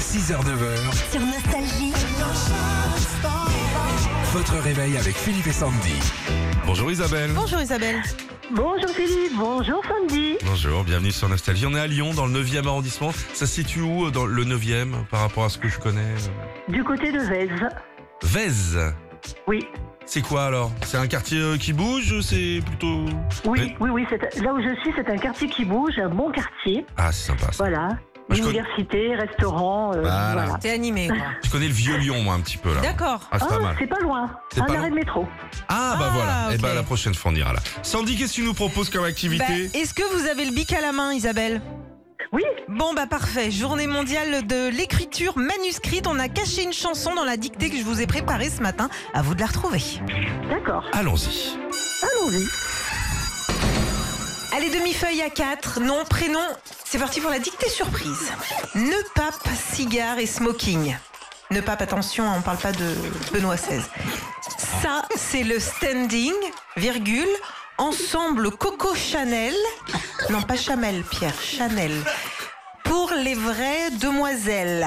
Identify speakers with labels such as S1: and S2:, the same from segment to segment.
S1: 6h-9h,
S2: Sur Nostalgie.
S1: votre réveil avec Philippe et Sandy.
S3: Bonjour Isabelle.
S4: Bonjour Isabelle.
S5: Bonjour Philippe, bonjour Sandy.
S3: Bonjour, bienvenue sur Nostalgie. On est à Lyon, dans le 9e arrondissement. Ça se situe où euh, dans le 9e par rapport à ce que je connais
S5: Du côté de Vez.
S3: Vèze.
S5: Oui,
S3: C'est quoi alors C'est un quartier euh, qui bouge ou c'est plutôt.
S5: oui,
S3: Mais-
S5: oui, oui. c'est- Là où je suis, c'est un quartier qui bouge, un bon quartier.
S3: Ah, c'est sympa ça.
S5: Voilà.
S3: Moi, je connais-
S5: Université, restaurant. euh,
S3: Voilà.
S5: voilà.
S4: T'es animé. quoi.
S3: Je connais le vieux Lyon, moi, un petit peu là.
S4: D'accord.
S3: Ah, c'est pas
S5: Ah,
S3: mal.
S5: c'est pas loin.
S3: C'est
S5: un
S3: pas
S5: arrêt
S3: loin.
S5: de métro.
S3: Ah, bah
S4: Ah,
S3: voilà. Et
S4: ok.
S3: bah la prochaine fois, on ira là. Sandy, qu'est-ce que tu nous proposes comme
S4: Bah,
S3: activité
S4: Est-ce que vous avez le bic à la main, Isabelle
S5: Oui,
S4: Bon bah parfait, journée mondiale de l'écriture manuscrite, on a caché une chanson dans la dictée que je vous ai préparée ce matin, à vous de la retrouver.
S5: d'accord.
S3: Allons-y.
S5: Allons-y.
S4: Allez, demi-feuille à 4, nom, prénom, c'est parti pour la dictée surprise. Ne pape, cigare et smoking. Ne pape, attention, hein, on parle pas de Benoît XVI. Ça, c'est le standing, virgule, ensemble Coco Chanel. Non, pas Chamel, Pierre, Chanel. Pour les vraies demoiselles.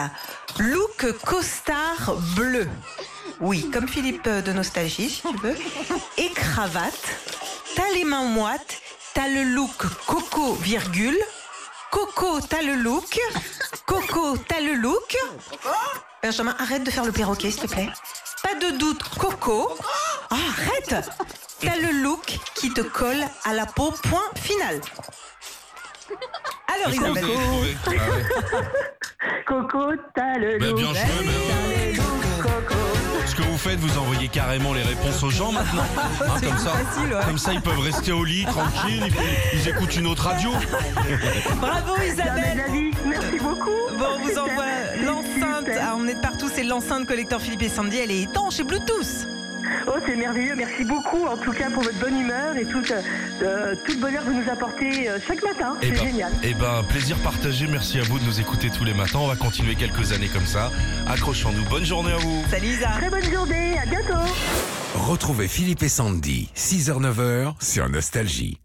S4: Look costard bleu. Oui, comme Philippe euh, de Nostalgie, si tu veux. Et cravate. T'as les mains moites. T'as le look coco, virgule. Coco, t'as le look. Coco, t'as le look. Benjamin, arrête de faire le perroquet, s'il te plaît. Pas de doute, Coco. Ah, arrête T'as le look qui te colle à la peau, point final. Alors,
S3: Est-ce que vous
S4: Isabelle.
S3: avez trouvé Ah ouais.
S5: Coco, t'as le
S3: Bah,
S5: loup.
S3: bien joué, mais Ce que vous faites, vous envoyez carrément les réponses aux gens maintenant. Hein, comme, ça,
S4: facile, ouais.
S3: comme ça, ils peuvent rester au lit tranquilles, ils, peuvent- ils écoutent une autre radio.
S4: Bravo,
S5: Jamais
S4: Isabelle
S5: de la vie. Merci beaucoup.
S4: Bon, on vous
S5: Super.
S4: envoie l'enceinte à emmener de partout. C'est l'enceinte collecteur Philippe et Sandy. Elle est étanche et Bluetooth.
S5: Oh, c'est merveilleux. Merci beaucoup, en tout cas, pour votre bonne humeur et toute, euh, tout le bonheur que vous nous apportez euh, chaque matin.
S3: Eh
S5: C'est
S3: ben,
S5: génial.
S3: eh ben, plaisir partagé. Merci à vous de nous écouter tous les matins. On va continuer quelques années comme ça. Accrochons-nous. Bonne journée à vous.
S4: Salut Isa.
S5: Très bonne journée. À bientôt.
S1: Retrouvez Philippe et Sandy, 6h-9h sur Nostalgie.